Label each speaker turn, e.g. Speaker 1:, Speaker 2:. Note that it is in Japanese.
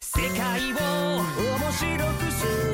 Speaker 1: 世界を面白くする